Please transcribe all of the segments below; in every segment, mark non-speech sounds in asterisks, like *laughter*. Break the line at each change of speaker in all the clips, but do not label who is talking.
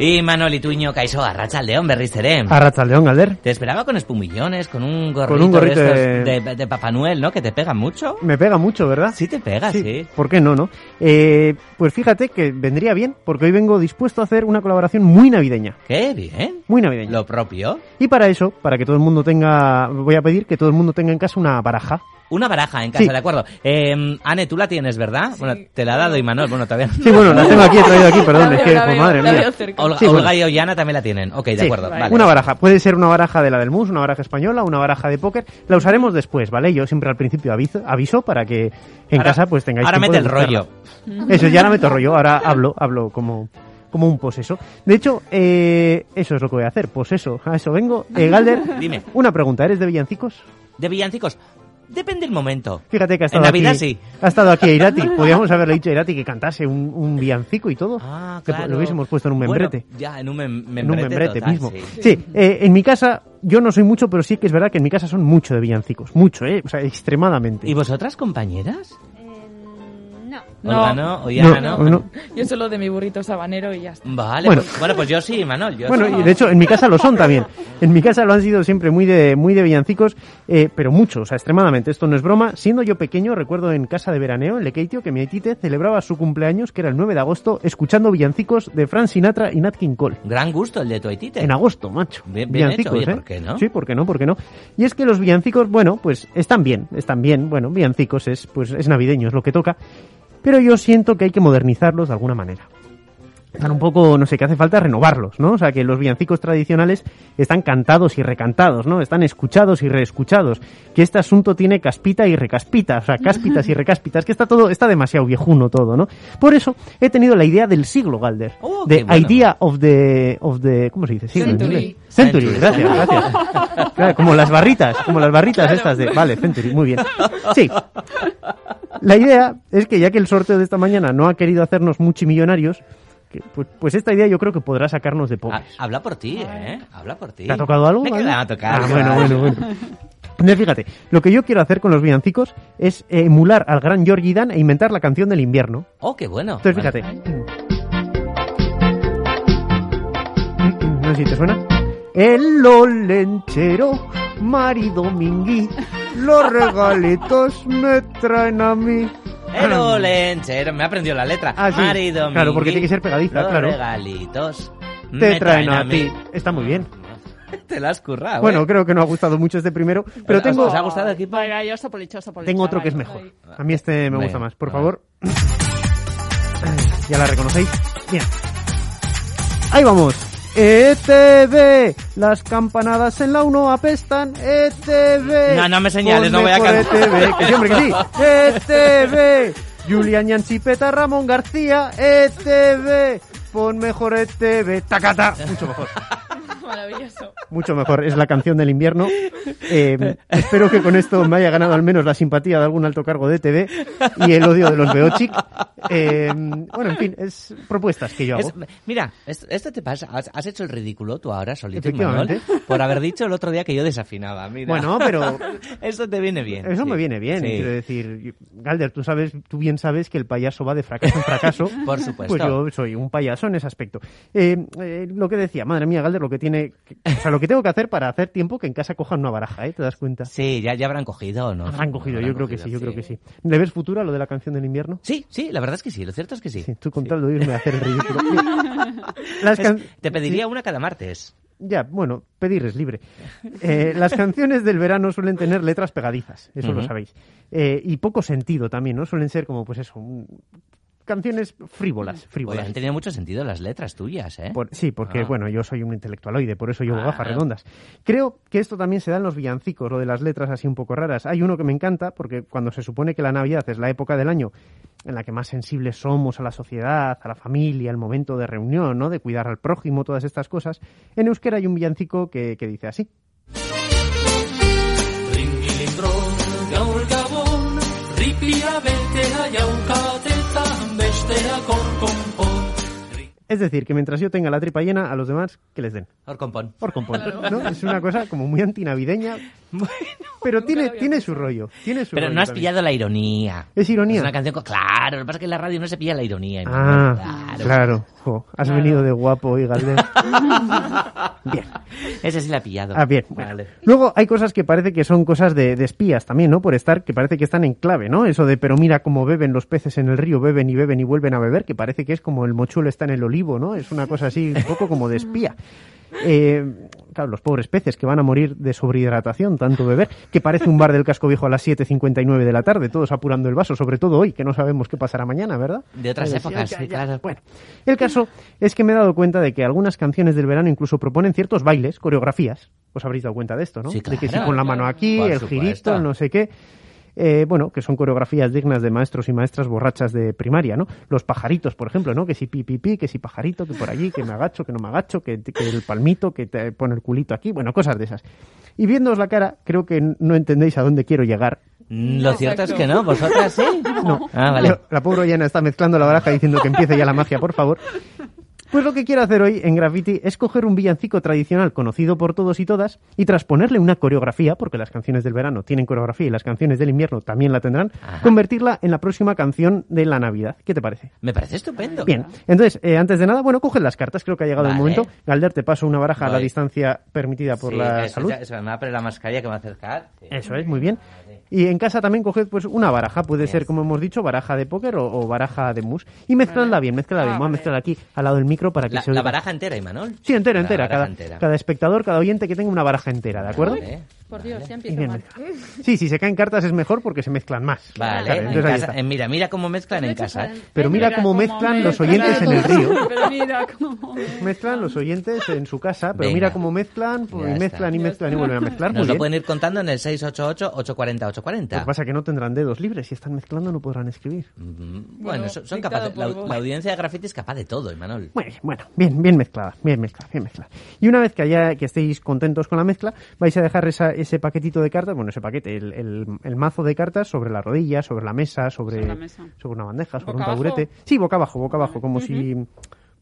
Imanol Ituño Caiso Arratsaldeon berriz ere.
Arratsaldeon Galder.
Te esperaba con espumillones, con un gorrito,
Ah. Con un gorrito
de, estos
de-
de- de Papá Noel, ¿no? Que te pegan mucho. Ah,
Me pega mucho, ¿verdad?
Sí te pega, sí.
¿Por qué no, no? Eh, pues fíjate que vendría bien, porque hoy vengo dispuesto a hacer una colaboración muy navideña.
Qué bien.
Muy navideña.
Lo propio.
Y para eso, para que todo el mundo tenga, voy a pedir que todo el mundo tenga en casa una baraja.
Una baraja en casa,
Sí.
de acuerdo. Eh, Ane, tú la tienes, ¿verdad? Bueno, te la ha dado Imanol, bueno, todavía no.
Sí, bueno, la tengo aquí, he traído aquí, perdón,
La
es
veo,
que,
la
pues,
veo,
madre
la
mía.
veo cerca.
Olga,
Sí, bueno.
Olga y Ollana también la tienen. Ok, de
Sí,
acuerdo.
vale.
Vale.
Una baraja, puede ser una baraja de la del MUS, una baraja española, una baraja de póker. La usaremos después, ¿vale? Yo siempre al principio aviso, aviso para que en
Ahora-
casa pues tengáis
Ahora
tiempo
mete
de
el rollo.
buscarla. Eso, ya no meto rollo, ahora hablo, hablo como, como un poseso. De hecho, eh, eso es lo que voy a hacer, poseso, a eso vengo. Eh, Galder,
Dime.
una pregunta, ¿eres de villancicos?
De villancicos. Depende el momento.
Fíjate que
En
ha estado
Navidad
aquí,
sí.
ha estado aquí Irati, podríamos haberle dicho a Irati que cantase un, un villancico y todo.
Ah,
Que
claro.
Oh. Lo hubiésemos puesto en un
Bueno,
membrete.
ya, en un mem- membrete.
en un membrete
total,
mismo.
sí.
Sí, eh, en mi casa yo no soy mucho, pero sí que es verdad que en mi casa son mucho de villancicos, mucho, eh, o sea, extremadamente.
¿Y vosotras, compañeras?
Eh,
no.
No.
Olga no, Ollana no.
No, no.
Yo solo de mi burrito sabanero y ya está.
Vale,
Bueno.
pues, bueno, pues yo sí, Imanol. Yo sí.
Bueno, y de hecho en mi casa lo son también. En mi casa lo han sido siempre muy de muy de villancicos, eh, pero mucho, o sea, extremadamente. Esto no es broma. Siendo yo pequeño, recuerdo en casa de veraneo, en Lekeitio, que mi aitite celebraba su cumpleaños, que era el 9 de agosto, escuchando villancicos de Frank Sinatra y Nat King Cole.
Gran gusto el de tu Aitite.
En agosto, macho.
Bien- bien hecho. Oye,
¿eh?
¿por qué no?
Sí, ¿por qué no? ¿Por qué no? Y es que los villancicos, bueno, pues están bien, están bien. Bueno, villancicos es, pues, es navideño, es lo que toca. Pero yo siento que hay que modernizarlos de alguna manera. Están un poco, no sé, que hace falta renovarlos, ¿no? O sea, que los villancicos tradicionales están cantados y recantados, ¿no? Están escuchados y reescuchados. Que este asunto tiene caspita y recaspita, o sea, cáspitas y recaspitas, que está todo, está demasiado viejuno todo, ¿no? Por eso he tenido la idea del siglo, Galder.
Oh, qué
de
bueno.
idea Ah, of the, of the, ¿cómo se dice? Sí,
Century.
Century,
Century.
gracias, gracias. Claro, como las barritas, como las barritas estas de... Vale, Century, muy bien. Sí. La idea es que ya que el sorteo de esta mañana no ha querido hacernos multimillonarios, que, pues, pues esta idea yo creo que podrá sacarnos de
Ha-
pobres.
habla por ti, ¿eh? Habla por ti.
¿Te ha tocado algo?
Ah, Me
Vale.
queda a tocar.
Ah, bueno, bueno, bueno. Entonces, fíjate, lo que yo quiero hacer con los villancicos es emular al gran Georgie Dan e inventar la canción del invierno.
Oh, qué bueno.
Entonces,
Bueno.
fíjate. No sé si te suena. El olenchero, Mari Domingui, los regalitos me traen a mí.
El olenchero. Me ha aprendido la letra.
Ah, sí.
Marido
Claro, porque
mingui,
tiene que ser pegadiza,
los
claro.
regalitos
Te
me
traen a
mí.
ti. Está muy bien.
*laughs* Te la has currado,
Bueno,
¿eh?
creo que no ha gustado mucho este primero, pero
Os-
tengo,
¿Os ha gustado, equipo?
Venga, yo hasta polichosa, hasta polichosa,
tengo otro que es
vale.
mejor. A mí este me gusta
Venga,
más. Por
a
favor. *clears throat* ¿Ya la reconocéis? Bien. Ahí vamos. ETV, las campanadas en la 1 apestan. E ETV.
No, no me
Pues
señales, no voy a
Ponme por
cantar.
ETV, E que sí, hombre, que
*laughs*
sí. ETV, Julián Yanchipeta, Ramón García. ETV, pon mejor ETV. Tacata, mucho mejor.
Maravilloso.
Mucho mejor, es la canción del invierno. Eh, espero que con esto me haya ganado al menos la simpatía de algún alto cargo de TV y el odio de los Beochic. Eh, bueno, en fin, es propuestas que yo hago.
Es- mira, es- esto te pasa. Has, has hecho el ridículo tú ahora solito,
Efectivamente.
Imanol, por haber dicho el otro día que yo desafinaba. Mira.
Bueno, pero
*laughs* Eso te viene bien.
eso
sí.
me viene bien.
Sí.
Quiero decir, yo- Galder, tú sabes, tú bien sabes que el payaso va de fracaso en fracaso.
*laughs* Por supuesto.
Pues yo soy un payaso en ese aspecto. Eh, eh, lo que decía, madre mía, Galder, lo que tiene, o sea, lo que tengo que hacer para hacer tiempo que en casa cojan una baraja, ¿eh? ¿Te das cuenta?
Sí, ya, ya habrán cogido, ¿no?
Habrán cogido, yo creo que sí, yo creo que sí. ¿Le ves futuro a lo de la canción del invierno?
Sí, sí, la verdad es que sí, lo cierto es que sí.
Sí, tú con tal de irme a hacer el ridículo. Las
Es-
can-
te pediría una cada martes.
Ya, bueno, pedir es libre. Eh, las canciones del verano suelen tener letras pegadizas, eso lo
Ujú.
sabéis. Eh, y poco sentido también, ¿no? Suelen ser como, pues eso, un- canciones frívolas,
Oye,
frívolas.
han tenido mucho sentido las letras tuyas, ¿eh?
Por- sí, porque
Ah.
bueno, yo soy un intelectualoide, por eso llevo
Ah.
gafas redondas. Creo que esto también se da en los villancicos, lo de las letras así un poco raras. Hay uno que me encanta, porque cuando se supone que la Navidad es la época del año en la que más sensibles somos a la sociedad, a la familia, al momento de reunión, ¿no? De cuidar al prójimo, todas estas cosas. En euskera hay un villancico que, que dice así.
Ringilindron, gaur gabon, ripia betea jaukatetan besteak hor konpon.
Es decir, que mientras yo tenga la tripa llena, a los demás que les den.
Hor konpon.
*laughs*
Por compon, ¿no? Es una cosa como muy antinavideña, Pero tiene,
lo había
tiene su rollo. Tiene su
Pero
rollo
no has
también.
pillado la ironía.
Es ironía.
Es una canción con... Claro, lo que pasa es que en la radio no se pilla la ironía. Imanol,
Ah, claro. Jo, has venido de guapo *laughs* hoy, Galder. bien.
Esa sí la ha pillado.
Ah, bien. bueno.
Vale.
Luego hay cosas que parece que son cosas de, de espías también, ¿no? Por estar, que parece que están en clave, ¿no? Eso de, pero mira cómo beben los peces en el río, beben y beben y vuelven a beber, que parece que es como el mochuelo está en el olivo, ¿no? Es una cosa así, un poco como de espía. Eh, claro, los pobres peces que van a morir de sobrehidratación, tanto beber, que parece un bar del casco viejo a las 7.59 de la tarde, todos apurando el vaso, sobre todo hoy, que no sabemos qué pasará mañana, ¿verdad?
De otras
Ay, sí,
épocas,
ya,
sí,
ya.
claro.
Bueno, el caso es que me he dado cuenta de que algunas canciones del verano incluso proponen ciertos bailes, coreografías. Os habréis dado cuenta de esto, ¿no?
Sí,
de que si
claro,
con la mano
claro.
aquí,
Por
el
supuesto.
girito, el no sé qué. Eh, bueno, que son coreografías dignas de maestros y maestras borrachas de primaria, ¿no? Los pajaritos, por ejemplo, ¿no? Que si pi, pi, pi, que si pajarito, que por allí, que me agacho, que no me agacho, que, que el palmito, que te pone el culito aquí, bueno, cosas de esas. Y viéndoos la cara, creo que no entendéis a dónde quiero llegar.
Mm, Lo cierto es que no, vosotras sí.
*laughs* No.
Ah, vale.
Pero *laughs* La pobre Ollana está mezclando la baraja diciendo que empiece ya la magia, por favor. Pues lo que quiero hacer hoy en Graffiti es coger un villancico tradicional conocido por todos y todas y trasponerle una coreografía, porque las canciones del verano tienen coreografía y las canciones del invierno también la tendrán,
Ajá.
convertirla en la próxima canción de la Navidad. ¿Qué te parece?
Me parece estupendo.
Bien, entonces, eh, antes de nada, bueno, coge las cartas, creo que ha llegado el
Vale.
momento. Galder, te paso una baraja a la
Voy.
distancia permitida por
Sí,
la
eso,
salud.
ya- eso, me va a poner la mascarilla que me va a acercar. Sí.
Eso es, muy bien. Y en casa también coged pues una baraja, puede
Bien.
ser como hemos dicho, baraja de póker o, o baraja de mus. Y mezcladla bien, mezcladla
Ah,
bien. Vamos a
vale.
mezclar aquí al lado del micro para que
La,
se oiga.
la baraja entera, Imanol.
Sí, entera,
La
entera.
baraja
Cada,
entera.
cada espectador, cada oyente que tenga una baraja entera, ¿de acuerdo?
Vale.
Por Dios,
Y
ya empiezo
bien
mal.
mezclada. Sí, si se caen cartas es mejor porque se mezclan más.
Vale,
Claro,
en
entonces ahí
casa-
está.
eh, mira, mira cómo mezclan en casa. ¿eh?
Pero mira cómo mezclan los oyentes en el río.
*laughs* Pero mira cómo mezclan.
Mezclan los oyentes en su casa, pero
Venga.
mira cómo mezclan, pues,
Ya
y
está.
mezclan y mezclan y vuelven a mezclar. Muy
Nos lo
bien.
pueden ir contando en el 688-840-840.
Lo que pasa es que no tendrán dedos libres. Si están mezclando no podrán escribir.
Mm, Bueno,
Bueno,
son, son
dictado
capaces. La,
por vos.
la audiencia de graffiti es capaz de todo, Imanol.
Muy bien, bueno, bien, bien mezclada, bien mezclada, bien mezclada. Y una vez que haya, que estéis contentos con la mezcla, vais a dejar esa- ese paquetito de cartas, bueno, ese paquete, el, el- el mazo de cartas sobre la rodilla, sobre la mesa, sobre,
Sobre la mesa.
sobre una bandeja, sobre
¿Boca
un
abajo?
taburete. Sí, boca abajo, boca abajo, como si,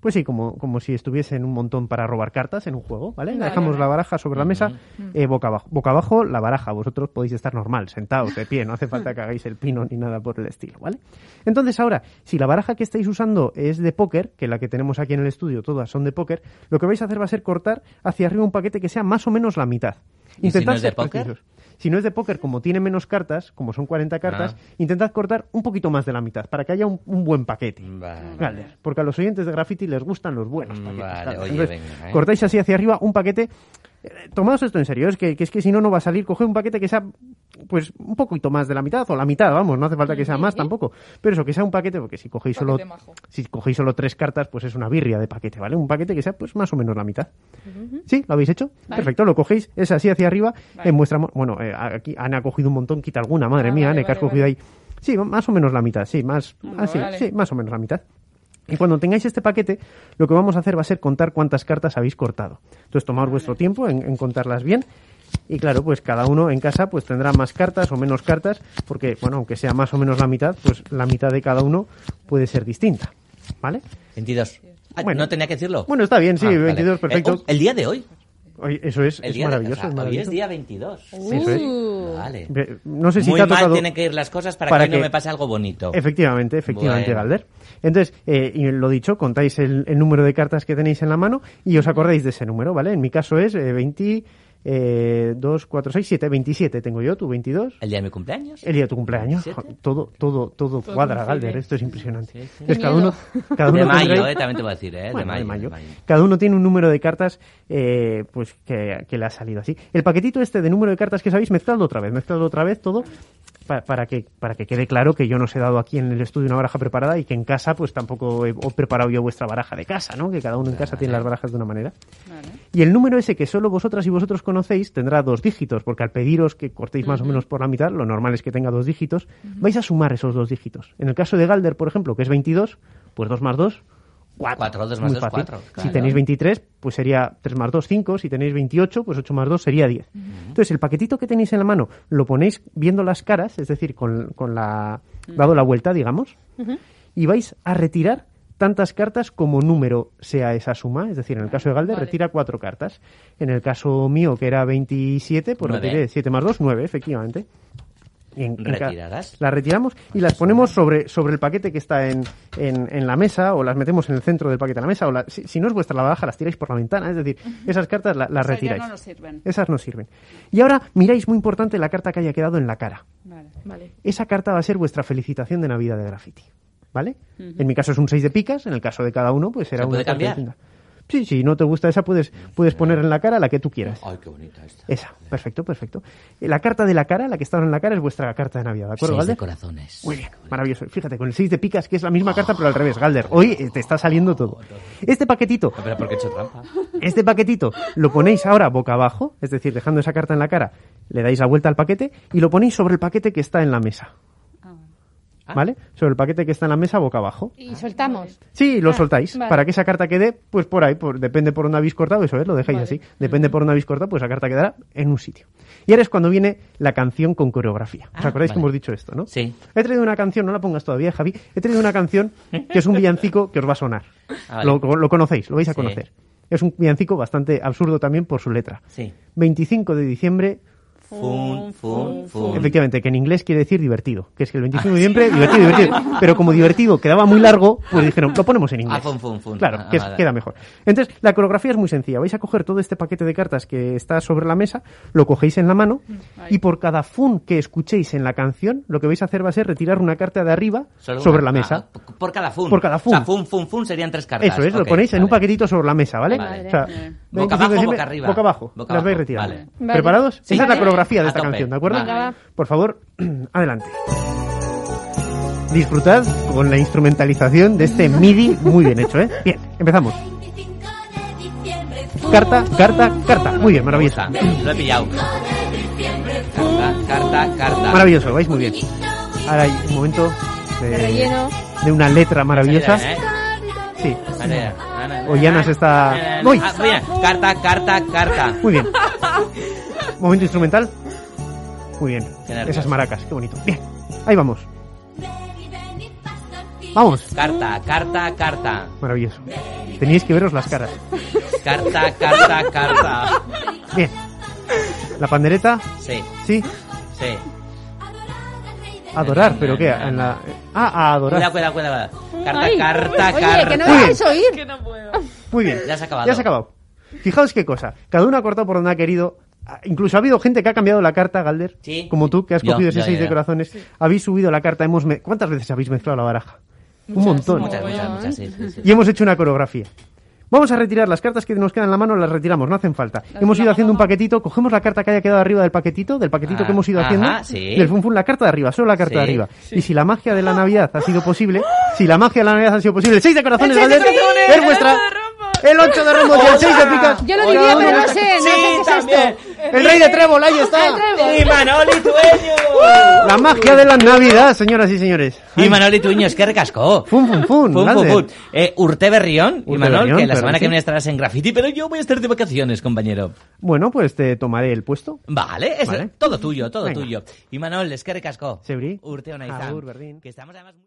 pues sí, como, como si estuviese en un montón para robar cartas en un juego, ¿vale?
Vale,
Dejamos
vale.
la baraja sobre la mesa, eh, boca abajo. Boca abajo, la baraja. Vosotros podéis estar normal, sentados, de pie, no hace falta que hagáis el pino ni nada por el estilo, ¿vale? Entonces ahora, si la baraja que estáis usando es de póker, que la que tenemos aquí en el estudio todas son de póker, lo que vais a hacer va a ser cortar hacia arriba un paquete que sea más o menos la mitad.
¿Y si no es de
ser
póker?
precisos. Si no es de póker, como tiene menos cartas, como son 40 cartas,
Ah.
intentad cortar un poquito más de la mitad para que haya un, un buen paquete.
Vale.
Galder, porque a los oyentes de graffiti les gustan los buenos
Mm,
paquetes.
vale,
Galder.
oye,
Entonces,
venga, ¿eh?
Cortáis así hacia arriba un paquete. eh, Tomaos esto en serio, es que, que es que si no, no va a salir. Coged un paquete que sea, pues, un poquito más de la mitad o la mitad, vamos, no hace falta que sea más tampoco. Pero eso, que sea un paquete, porque si cogéis solo,
Paquete majo.
si cogéis solo tres cartas, pues es una birria de paquete, ¿vale? Un paquete que sea, pues, más o menos la mitad. ¿Sí? ¿Lo habéis hecho? Perfecto, lo cogéis, es así hacia arriba.
Vale.
eh, muestra- bueno, eh, aquí Ana ha cogido un montón, quita alguna, madre
Ah,
mía,
vale,
Ana, que has
vale,
cogido
vale.
ahí. Sí, más o menos la mitad, sí, más,
Ah,
así,
vale.
sí, más o menos la mitad. Y cuando tengáis este paquete, lo que vamos a hacer va a ser contar cuántas cartas habéis cortado. Entonces tomad vuestro tiempo en, en contarlas bien. Y claro, pues cada uno en casa pues tendrá más cartas o menos cartas, porque bueno, aunque sea más o menos la mitad, pues la mitad de cada uno puede ser distinta, ¿vale?
22. Ah,
Bueno.
no tenía que decirlo.
Bueno, está bien, sí,
Ah, vale.
22, perfecto.
Eh, oh, el día de hoy.
Oye, eso es,
El
es
día de-
maravilloso,
o sea,
es
Hoy es
maravilloso.
día 22.
Eso es.
Uh.
Vale.
Ve- No sé si
Muy
te ha
mal
tocado...
tienen que ir las cosas para, que,
para
hoy
que-
no me pase algo bonito.
Efectivamente, efectivamente,
Bueno.
Galder. Entonces, eh, y lo dicho, contáis el, el número de cartas que tenéis en la mano y os acordáis de ese número, ¿vale? En mi caso es eh, 20, eh, 2, 4, 6, 7, 27 tengo yo, tú 22.
El día de mi cumpleaños.
El día de tu cumpleaños,
¿Siete?
jo, todo, todo, todo, cuadra,
coincide.
Galder, esto es impresionante.
Sí, sí.
Entonces, cada uno, cada uno
de mayo,
tendrá-
eh, también te voy a decir, eh,
bueno,
de mayo. de mayo.
Cada uno tiene un número de cartas eh, pues que, que le ha salido así. El paquetito este de número de cartas que sabéis, mezcladlo otra vez, mezcladlo otra vez todo pa- para, que, para que quede claro que yo no os he dado aquí en el estudio una baraja preparada y que en casa pues tampoco he, he preparado yo vuestra baraja de casa, ¿no? Que cada uno en casa tiene las barajas de una manera. Y el número ese que solo vosotras y vosotros conocéis tendrá dos dígitos, porque al pediros que cortéis más o menos por la mitad, lo normal es que tenga dos dígitos, vais a sumar esos dos dígitos. En el caso de Galder, por ejemplo, que es 22, pues 2 más 2, 4.
Cuatro, dos más dos, cuatro,
Si
claro.
tenéis 23, pues sería 3 más 2, 5. Si tenéis 28, pues 8 más 2 sería 10. Entonces, el paquetito que tenéis en la mano lo ponéis viendo las caras, es decir, con, con la... dado la vuelta, digamos, y vais a retirar tantas cartas como número sea esa suma. Es decir, en el caso de Galde
Vale.
retira cuatro cartas. En el caso mío, que era 27, pues
Nueve.
retiré 7 más 2, 9, efectivamente. Y en- en ca-
¿Retirarás?
Las retiramos y las ponemos sobre, sobre el paquete que está en, en, en la mesa o las metemos en el centro del paquete de la mesa. O la- si, si no es vuestra la baraja, las tiráis por la ventana. Es decir, esas cartas la- las
O sea, ya
retiráis.
no nos sirven.
Esas no sirven. Y ahora miráis muy importante la carta que haya quedado en la cara
Vale.
Vale.
esa carta va a ser vuestra felicitación de Navidad de graffiti. ¿Vale? En mi caso es un 6 de picas, en el caso de cada uno, pues será
¿Se puede
una carta
cambiar? Ah.
distinta. Sí, si no te gusta esa, puedes, puedes poner en la cara la que tú quieras.
Ay, qué bonita esta.
Esa, perfecto, perfecto. Eh, La carta de la cara, la que está en la cara, es vuestra carta de Navidad, ¿de acuerdo,
Seis de
Galder?
corazones.
Muy bien, maravilloso. Fíjate, con el 6 de picas, que es la
Ah.
misma carta, pero al revés, Galder. Hoy eh, te está saliendo todo. Este paquetito
No, pero porque he hecho trampa.
este paquetito lo ponéis ahora boca abajo, es decir, dejando esa carta en la cara, le dais la vuelta al paquete y lo ponéis sobre el paquete que está en la mesa. ¿Vale? Sobre el paquete que está en la mesa boca abajo.
Y soltamos.
Sí, lo
Ah,
soltáis.
vale.
Para que esa carta quede, pues por ahí, por- depende por dónde habéis cortado, eso es, lo dejáis así. Depende por dónde habéis cortado, pues esa carta quedará en un sitio. Y ahora es cuando viene la canción con coreografía. ¿Os
Ah,
acordáis que
vale.
hemos dicho esto, no?
Sí.
He traído una canción, no la pongas todavía, Javi. He traído una canción que es un villancico que os va a sonar.
*laughs* Ah, vale.
lo, lo conocéis, lo vais a
Sí.
conocer. Es un villancico bastante absurdo también por su letra.
Sí.
25 de diciembre,
Fun, fun, fun.
efectivamente, que en inglés quiere decir divertido. Que es que el 25
Ah,
de diciembre, divertido, divertido. Pero como divertido quedaba muy largo, pues dijeron, lo
*laughs*
ponemos en inglés.
Ah, fun, fun, fun.
Claro,
Ah,
que es-
vale.
queda mejor. Entonces, la coreografía es muy sencilla. Vais a coger todo este paquete de cartas que está sobre la mesa, lo cogéis en la mano y por cada fun que escuchéis en la canción, lo que vais a hacer va a ser retirar una carta de arriba
Solo
sobre
una-
la mesa.
ah, por- por cada fun.
Por cada fun.
O sea, fun, fun, fun serían tres cartas.
Eso es, lo
Ok,
ponéis en un
vale.
paquetito sobre la mesa, ¿vale?
Vale.
O sea,
Madre.
25
Boca abajo,
de diciembre,
boca arriba.
Boca abajo.
Boca
las vais
abajo,
retirando.
vale.
Vale.
¿Preparados?
Sí,
Esa es la
sí.
coreografía de
A
esta
tope.
canción, ¿de acuerdo?
Venga, va.
Por favor, *clears throat* adelante. Disfrutad con la instrumentalización de este MIDI muy bien hecho, ¿eh? Bien, empezamos.
25 de diciembre.
Carta, carta, carta. Muy bien, maravilloso.
Me gusta, Lo he pillado. Carta, carta, ¿eh? carta.
Maravilloso, vais muy bien. Ahora hay un momento
Eh,
de,
Relleno.
de una letra maravillosa.
Maravilloso. ¿eh?
Sí.
O
Ollana se está- ¡Voy!
Mira, Ah, carta, carta, carta.
Muy bien. Momento instrumental. Muy bien.
Qué nervios.
Esas maracas, qué bonito. Bien, ahí vamos.
Vamos.
Vamos.
Carta, carta, carta.
Maravilloso. Teníais que veros las caras.
Carta, carta, carta.
Bien. La pandereta,
Sí,
sí.
sí.
Adorar, pero ¿qué? En la...
Cuidado,
Ah, a adorar.
cuidado, cuidado. Carta,
Ay.
carta,
Oye,
carta.
que no
Muy
me
bien.
dejes oír.
no puedo.
Muy bien.
Ya se ha acabado.
Ya se ha acabado. Fijaos qué cosa. Cada uno ha cortado por donde ha querido. Ah, Incluso ha habido gente que ha cambiado la carta, Galder.
Sí.
Como tú, que has
Yo,
cogido ese
yo,
6
yo,
de
yo.
corazones. Habéis subido la carta. Hemos me- ¿Cuántas veces habéis mezclado la baraja? Un montón.
Muchas, muchas, muchas. Sí, sí, sí.
y hemos hecho una coreografía. Vamos a retirar las cartas que nos quedan en la mano, las retiramos, no hacen falta. hemos ido haciendo un paquetito, cogemos la carta que haya quedado arriba del paquetito, del paquetito
Ah,
que hemos ido
ajá,
haciendo,
sí.
del fun fun, la carta de arriba, solo la carta
Sí,
de arriba. Y si la magia
*gasps*
de la Navidad ha sido posible, si la magia de la Navidad ha sido posible, el 6 de corazones, Galder, es vuestra, el 8 de rombos y el 6 de picas.
Yo lo
Cada
diría,
uno
pero no
vuestra-
sé, no sé qué es
también.
esto.
El rey de trébol, ahí está.
Y Manoli Tueño.
La magia de la Navidad, señoras y señores.
Y Manoli Tueño, es que recascó.
Fun, fun, fun,
Fun, fun,
Galder.
fun. Eh, Urte Berrión, y
Urte
Manol,
Berrión,
que la
pero
semana
sí.
que viene estarás en graffiti, pero yo voy a estar de vacaciones, compañero.
Bueno, pues te tomaré el puesto.
Vale, es
Vale.
todo tuyo, todo
Venga.
tuyo. Y Manol, es que recascó.
Zeuri.
Urte ona izan.
Agur, berdin.
Que estamos además...